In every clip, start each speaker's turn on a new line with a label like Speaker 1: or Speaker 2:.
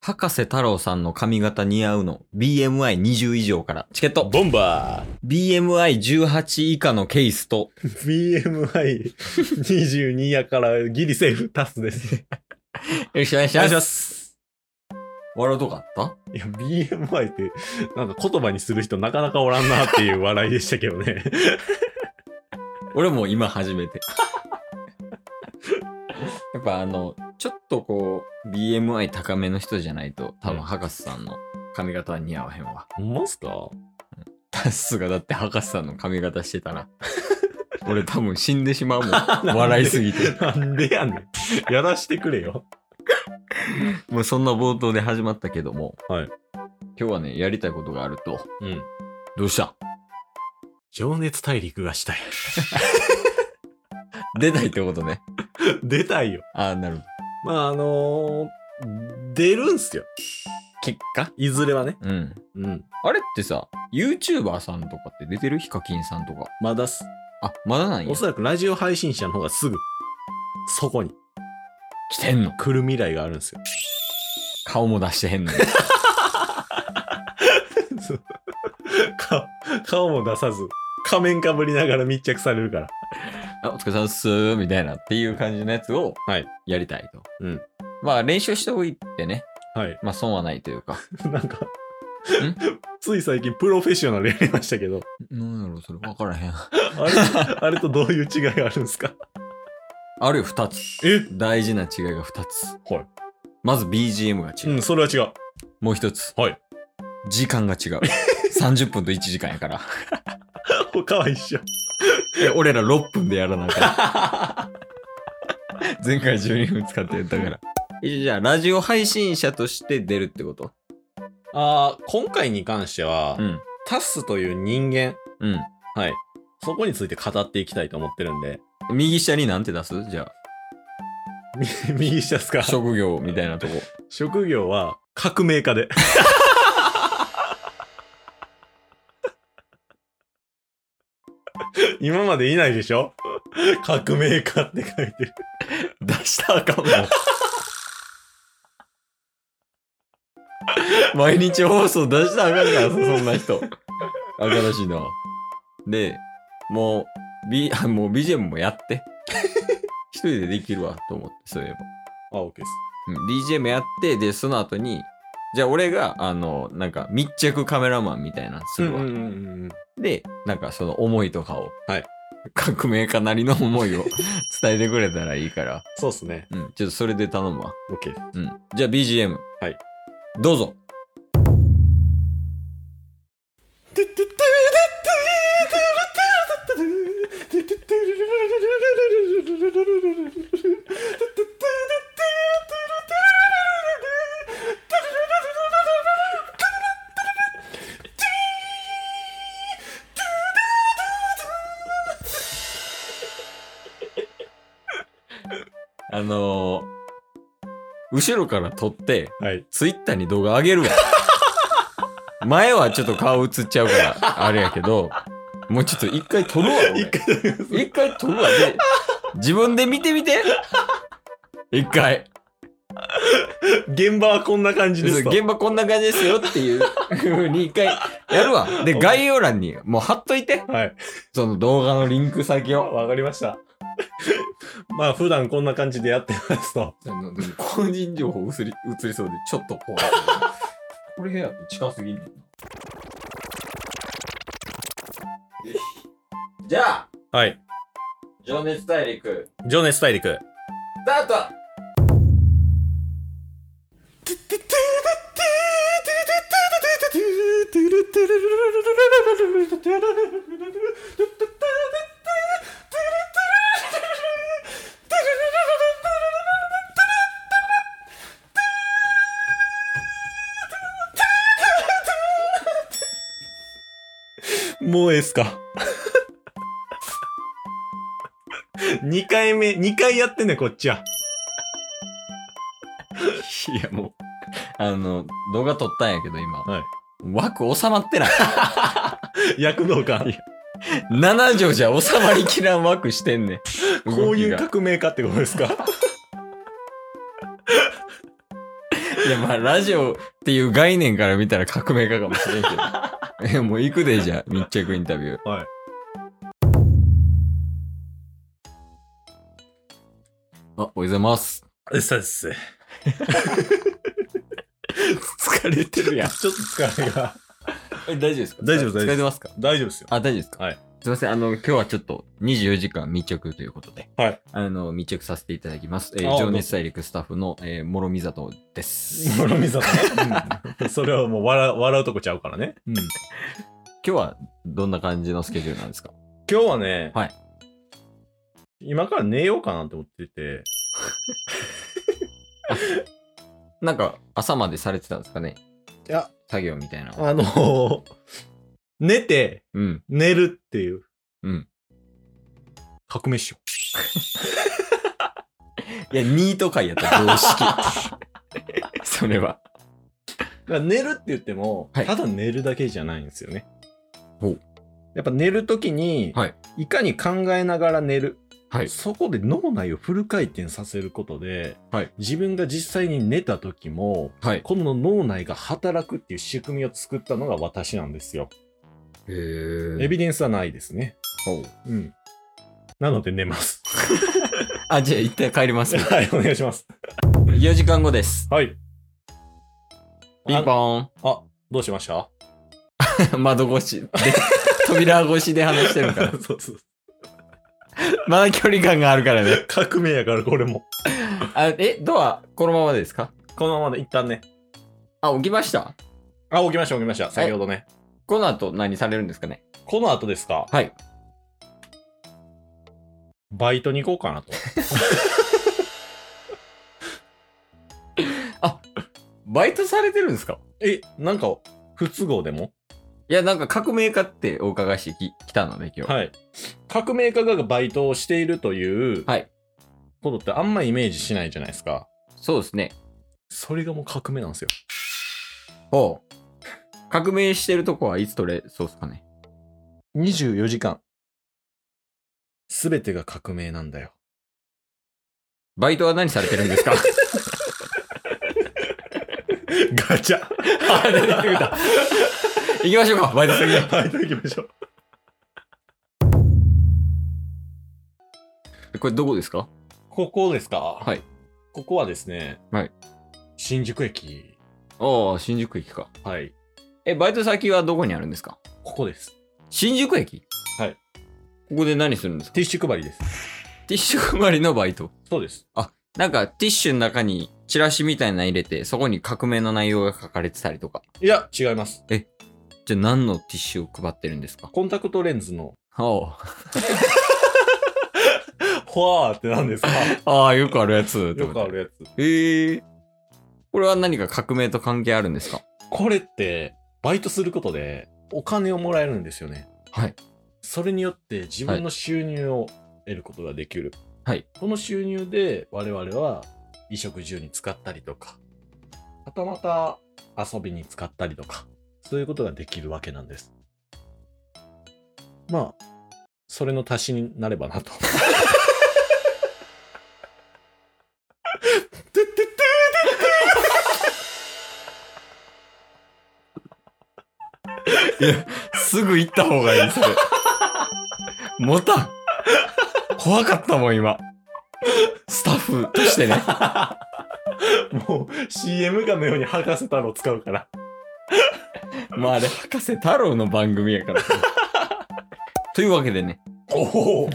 Speaker 1: 博士太郎さんの髪型似合うの。BMI20 以上から。チケット。
Speaker 2: ボンバ
Speaker 1: BMI18 以下のケースと、
Speaker 2: ー !BMI22 やからギリセーフタスです。い
Speaker 1: よろしくお願いし
Speaker 2: ます
Speaker 1: す。笑うとこあった
Speaker 2: や、BMI って、なんか言葉にする人なかなかおらんなっていう笑いでしたけどね。
Speaker 1: 俺も今初めて。 やっぱあの、ちょっとこう、BMI 高めの人じゃないと、多
Speaker 2: う
Speaker 1: 分
Speaker 2: ん
Speaker 1: 博士さんの髪型は似合わへんわ。
Speaker 2: ほんますか
Speaker 1: タッスがだって博士さんの髪型してたら、 俺多分死んでしまうも ん。笑いすぎて。
Speaker 2: なんでやねん。やらしてくれよ。
Speaker 1: もうそんな冒頭で始まったけども、
Speaker 2: はい
Speaker 1: 今日はね、やりたいことがあると。
Speaker 2: うん。
Speaker 1: どうした
Speaker 2: 情熱大陸がしたい。
Speaker 1: 出ないってことね。
Speaker 2: 出たいよ。
Speaker 1: ああ、なるほど。
Speaker 2: まあ、あのー出るんすよ。
Speaker 1: 結果
Speaker 2: いずれはね。
Speaker 1: うん。
Speaker 2: うん。
Speaker 1: あれってさ、YouTuber さんとかって出てるヒカキンさんとか。
Speaker 2: まだす。
Speaker 1: あ、まだなんや
Speaker 2: お。そらくラジオ配信者の方がすぐ、そこに
Speaker 1: 来てんの
Speaker 2: 来る未来があるんですよ。
Speaker 1: 顔も出してへん のに。
Speaker 2: そう 顔、顔も出さず、仮面かぶりながら密着されるから。
Speaker 1: あ、お疲れさんっすー、みたいなっていう感じのやつを
Speaker 2: はい
Speaker 1: やりたいと。
Speaker 2: うん
Speaker 1: まあ練習しておいてね、
Speaker 2: はい。
Speaker 1: まあ損はないというか。
Speaker 2: なんか、 つい最近プロフェッショナルやりましたけど、
Speaker 1: なんやろ、それ分からへん。
Speaker 2: あ れ、あれとどういう違いがあるんですか
Speaker 1: あるよ、二つ。
Speaker 2: え
Speaker 1: 大事な違いが二つ。
Speaker 2: はい。
Speaker 1: まず BGM が違う。
Speaker 2: うん、それは違 う。
Speaker 1: もう一つ。
Speaker 2: はい。
Speaker 1: 時間が 違う。30分と1時間やから。
Speaker 2: 他は一緒。
Speaker 1: え、俺ら6分でやらなあかった。 前回12分使ってやったから。えじゃあ、ラジオ配信者として出るってこと
Speaker 2: ああ、今回に関しては、
Speaker 1: ん。
Speaker 2: タスという人間、
Speaker 1: うん。
Speaker 2: はい。そこについて語っていきたいと思ってるんで、
Speaker 1: 右下になんて出すじゃ
Speaker 2: み 右下ですか
Speaker 1: あ、職業みたいなとこ。
Speaker 2: 職業は革命家 で。今までいないでしょ革命家って書いてる。
Speaker 1: 出したらあかんもん。 毎日放送出したらあかんからさ、そんな人。新しいな。で、もう、B、あもう BGM もやって。一人でできるわ、と思って、そういえば。
Speaker 2: あ、OK です。
Speaker 1: うん、BGM やって、で、その後に、じゃあ俺が、あの、なんか密着カメラマンみたいなのするわ。
Speaker 2: うんうん
Speaker 1: で、なんかその思いとかを、
Speaker 2: はい
Speaker 1: 革命家なりの思いを 伝えてくれたらいいから、
Speaker 2: そうっすね。
Speaker 1: うん、ちょっとそれで頼むわ。
Speaker 2: OK。
Speaker 1: うん。じゃあ BGM。
Speaker 2: はい。
Speaker 1: どうぞ。あのー、後ろから撮って、
Speaker 2: はい。
Speaker 1: ツイッターに動画上 げるわ。前はちょっと顔映っちゃうから、あれやけど、もうちょっと一回撮るわ。俺
Speaker 2: 一回だけです
Speaker 1: 一回撮るわ。で、自分で見てみて。一回。
Speaker 2: 現場はこんな感じですと。
Speaker 1: 現場こんな感じですよっていう風に一回やるわ。で、概要欄にもう貼っといて。
Speaker 2: はい。
Speaker 1: その動画のリンク先を。
Speaker 2: わかりました。 まあ、普段こんな感じでやってますと。
Speaker 1: あのでも個人情報 移り移りそうでちょっと怖い。これ部屋近すぎんねんなじゃあ、
Speaker 2: はい。
Speaker 1: 情熱大陸、
Speaker 2: 情熱大陸。
Speaker 1: スタート
Speaker 2: もうええっすか ?2 回目、2回やってんねん、こっちは。
Speaker 1: いやもう、あの、動画撮ったんやけど今、
Speaker 2: はい
Speaker 1: 枠収まってない。
Speaker 2: 躍動感。
Speaker 1: 7畳じゃ収まりきらん枠してん ねん。
Speaker 2: こういう
Speaker 1: 動きが
Speaker 2: 革命家ってことですか
Speaker 1: いや、まあ、ラジオっていう概念から見たら革命家かもし れんけど。え、もう行くで、じゃあ、密着インタビュー。
Speaker 2: はい。
Speaker 1: あ、おはようございます。
Speaker 2: そうです。
Speaker 1: 疲れてるやん。
Speaker 2: ちょっと疲れが。
Speaker 1: え 大丈夫ですか
Speaker 2: 大丈夫大丈夫
Speaker 1: 疲れてますか
Speaker 2: 大丈夫ですよ。
Speaker 1: あ、大丈夫ですか
Speaker 2: はい。
Speaker 1: すいません、あの、今日はちょっと24時間密着ということで、
Speaker 2: はい。
Speaker 1: あの、密着させていただきます。え
Speaker 2: あ
Speaker 1: ー、
Speaker 2: あ
Speaker 1: 情熱大陸スタッフの、えー、諸見里です。
Speaker 2: 諸見里
Speaker 1: う
Speaker 2: それはもう笑う笑うとこちゃうからね。
Speaker 1: ん。うん今日はどんな感じのスケジュールなんですか
Speaker 2: 今日はね、
Speaker 1: はい
Speaker 2: 今から寝ようかなって思ってて、
Speaker 1: なんか、朝までされてたんですかね
Speaker 2: いや、
Speaker 1: 作業みたいな。
Speaker 2: あの、寝て、
Speaker 1: うん。
Speaker 2: 寝るっていう。
Speaker 1: うん。
Speaker 2: 革命っしょ。
Speaker 1: いや、ニート会やった、常識。 それは。
Speaker 2: だから寝るって言っても、
Speaker 1: はい
Speaker 2: ただ寝るだけじゃないんですよね。
Speaker 1: ほう
Speaker 2: やっぱ寝るときに、
Speaker 1: はい
Speaker 2: いかに考えながら寝る。
Speaker 1: はい。
Speaker 2: そこで脳内をフル回転させることで、
Speaker 1: はい
Speaker 2: 自分が実際に寝た時も、
Speaker 1: はい。
Speaker 2: この脳内が働くっていう仕組みを作ったのが私なんですよ。
Speaker 1: へ
Speaker 2: エ
Speaker 1: ー。
Speaker 2: ビデンスはないですね。
Speaker 1: ほう
Speaker 2: うん。なので 寝ます。
Speaker 1: あ、じゃあ一旦帰ります。
Speaker 2: はい、お願いします。
Speaker 1: 4時間後です。
Speaker 2: はい。
Speaker 1: ピンポーン。
Speaker 2: あ。あ、どうしました
Speaker 1: 窓越しで、扉越しで話してる から。
Speaker 2: そうそう。
Speaker 1: まだ距離感があるからね。
Speaker 2: 革命やから、これも。
Speaker 1: あえ、ドア、このままですか
Speaker 2: このままで一旦ね。
Speaker 1: あ、起きました
Speaker 2: あ、起きました、起きました。先ほどね。
Speaker 1: この後何されるんですかね
Speaker 2: この後ですか
Speaker 1: はい。
Speaker 2: バイトに行こうか なと。
Speaker 1: バイトされてるんですか
Speaker 2: え、なんか、不都合でも
Speaker 1: いや、なんか革命家ってお伺いしてき来たので、今日。
Speaker 2: はい。革命家がバイトをしているという、
Speaker 1: はい
Speaker 2: ことってあんまイメージしないじゃないですか。
Speaker 1: そうですね。
Speaker 2: それがもう革命なんですよ。
Speaker 1: ほう。革命してるとこはいつ取れそうですかね
Speaker 2: 24時間。すべてが革命なんだよ。
Speaker 1: バイトは何されてるんですか
Speaker 2: ガ チャ
Speaker 1: あ、出てくれ た。行きましょうか、バイト先へ。
Speaker 2: バイト行きましょ う。
Speaker 1: これどこですか
Speaker 2: ここですか
Speaker 1: は。
Speaker 2: はいここはですね、
Speaker 1: はい。
Speaker 2: 新宿駅。
Speaker 1: ああ、新宿駅か。
Speaker 2: はい。
Speaker 1: え、バイト先はどこにあるんですか
Speaker 2: ここです。
Speaker 1: 新宿駅
Speaker 2: はい。
Speaker 1: ここで何するんですか
Speaker 2: ティッシュ配りです。
Speaker 1: ティッシュ配りのバイト。
Speaker 2: そうです。
Speaker 1: なんかティッシュの中にチラシみたいなの入れて、そこに革命の内容が書かれてたりとか。
Speaker 2: いや、違います。
Speaker 1: じゃあ何のティッシュを配ってるんですか
Speaker 2: コンタクトレンズの。
Speaker 1: あ
Speaker 2: ファーって何ですか
Speaker 1: あ。ああ、よくあるやつ。
Speaker 2: よくあるやつ。
Speaker 1: へえこれは何か革命と関係あるんですか
Speaker 2: これって、バイトすることでお金をもらえるんですよね。
Speaker 1: はい。
Speaker 2: それによって自分の収入を得ることができる。
Speaker 1: はい。
Speaker 2: この収入で我々は衣食住に使ったりとか、はたまた遊びに使ったりとか、そういうことができるわけなんです。まあ、それの足しになればなと。
Speaker 1: いや、すぐ行った方がいい、それ。もたん怖かったもん、今。スタッフとしてね。
Speaker 2: もう CM がのように博士太郎使うから。
Speaker 1: まああれ、博士太郎の番組やから。というわけでね、
Speaker 2: お お終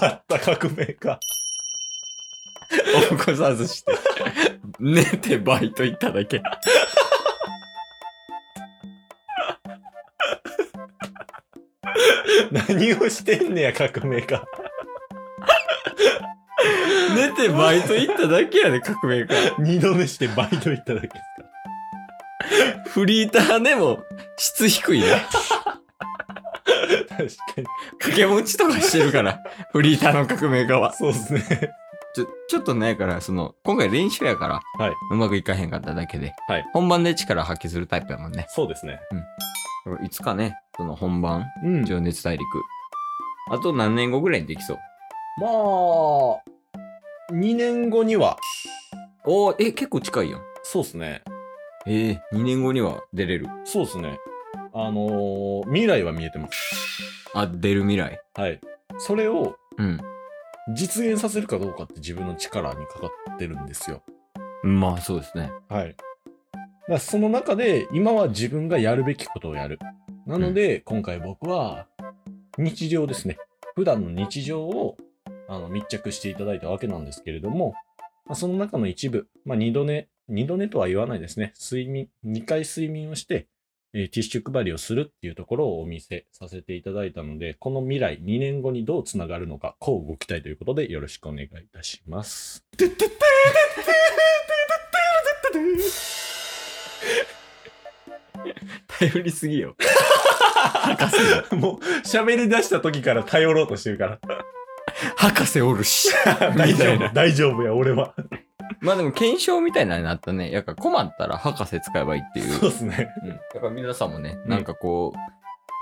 Speaker 2: わった革命か。
Speaker 1: 起こさずして、寝てバイト行っただけ。
Speaker 2: 何をしてんねや、革命か。
Speaker 1: 寝てバイト行っただけやで、革命家。
Speaker 2: 二度寝してバイト行っただけですか。
Speaker 1: フリーターでも質低いね。
Speaker 2: 確かに。
Speaker 1: 掛け持ちとかしてるから、フリーターの革命家は。
Speaker 2: そうですね。
Speaker 1: ちょ、ちょっとね、から、その、今回練習やから、
Speaker 2: はいう
Speaker 1: まくいかへんかっただけで、
Speaker 2: はい
Speaker 1: 本番で力発揮するタイプやもんね。
Speaker 2: そうですね。
Speaker 1: いつかね、その本番、
Speaker 2: うん
Speaker 1: 情熱大陸。あと何年後ぐらいにできそう
Speaker 2: まあ、2年後には
Speaker 1: おーえ、結構近いやん。
Speaker 2: そうですね。
Speaker 1: ええ2年後には出れる。
Speaker 2: そうですね。あのー未来は見えてます。
Speaker 1: あ、出る未来。
Speaker 2: はい。それを
Speaker 1: うん。
Speaker 2: 実現させるかどうかって自分の力にかかってるんですよ。
Speaker 1: まあ、そうですね。
Speaker 2: はい。だからその中で、今は自分がやるべきことをやる。なので、今回僕は、日常ですね。普段の日常をあの密着していただいたわけなんですけれども、まあ、その中の一部、まあ、二度寝、二度寝とは言わないですね。睡眠、2回睡眠をして、えーティッシュ配りをするっていうところをお見せさせていただいたので、この未来2年後にどうつながるのか、こう動きたいということでよろしくお願いいたします。
Speaker 1: 頼りすぎよ。
Speaker 2: 博士 もう喋り出した時から頼ろうとしてるから
Speaker 1: 博士おるし。
Speaker 2: 大
Speaker 1: み
Speaker 2: 丈
Speaker 1: たい
Speaker 2: 夫
Speaker 1: な。
Speaker 2: 大丈夫や俺は
Speaker 1: まあでも、検証みたいなのになったね。やっぱ困ったら博士使えばいいっていう。
Speaker 2: そうですね
Speaker 1: うん。やっぱ皆さんもね、なんかこう、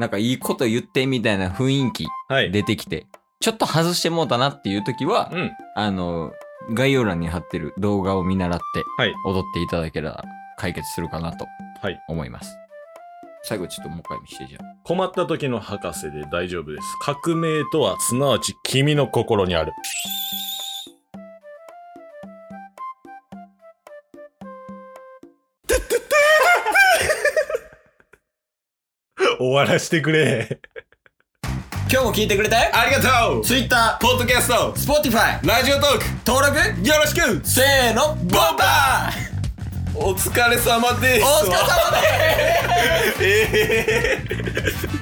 Speaker 1: なんかいいこと言ってみたいな雰囲気
Speaker 2: はい
Speaker 1: 出てきて、ちょっと外してもうたなっていう時は、
Speaker 2: うん
Speaker 1: あの、概要欄に貼ってる動画を見習って、
Speaker 2: はい
Speaker 1: 踊っていただければ解決するかなと
Speaker 2: はい
Speaker 1: 思います。最後ちょっともう一回見してじゃあ。
Speaker 2: 困った時の博士で大丈夫です革命とはすなわち君の心にある終わらしてくれ
Speaker 1: 今日も聞いてくれて
Speaker 2: ありがとう
Speaker 1: Twitter、
Speaker 2: ポッドキャスト
Speaker 1: Spotify、
Speaker 2: ラジオトーク
Speaker 1: 登録
Speaker 2: よろしく
Speaker 1: せーの、ボンバー
Speaker 2: お疲れ様です
Speaker 1: お疲れ様です
Speaker 2: ええ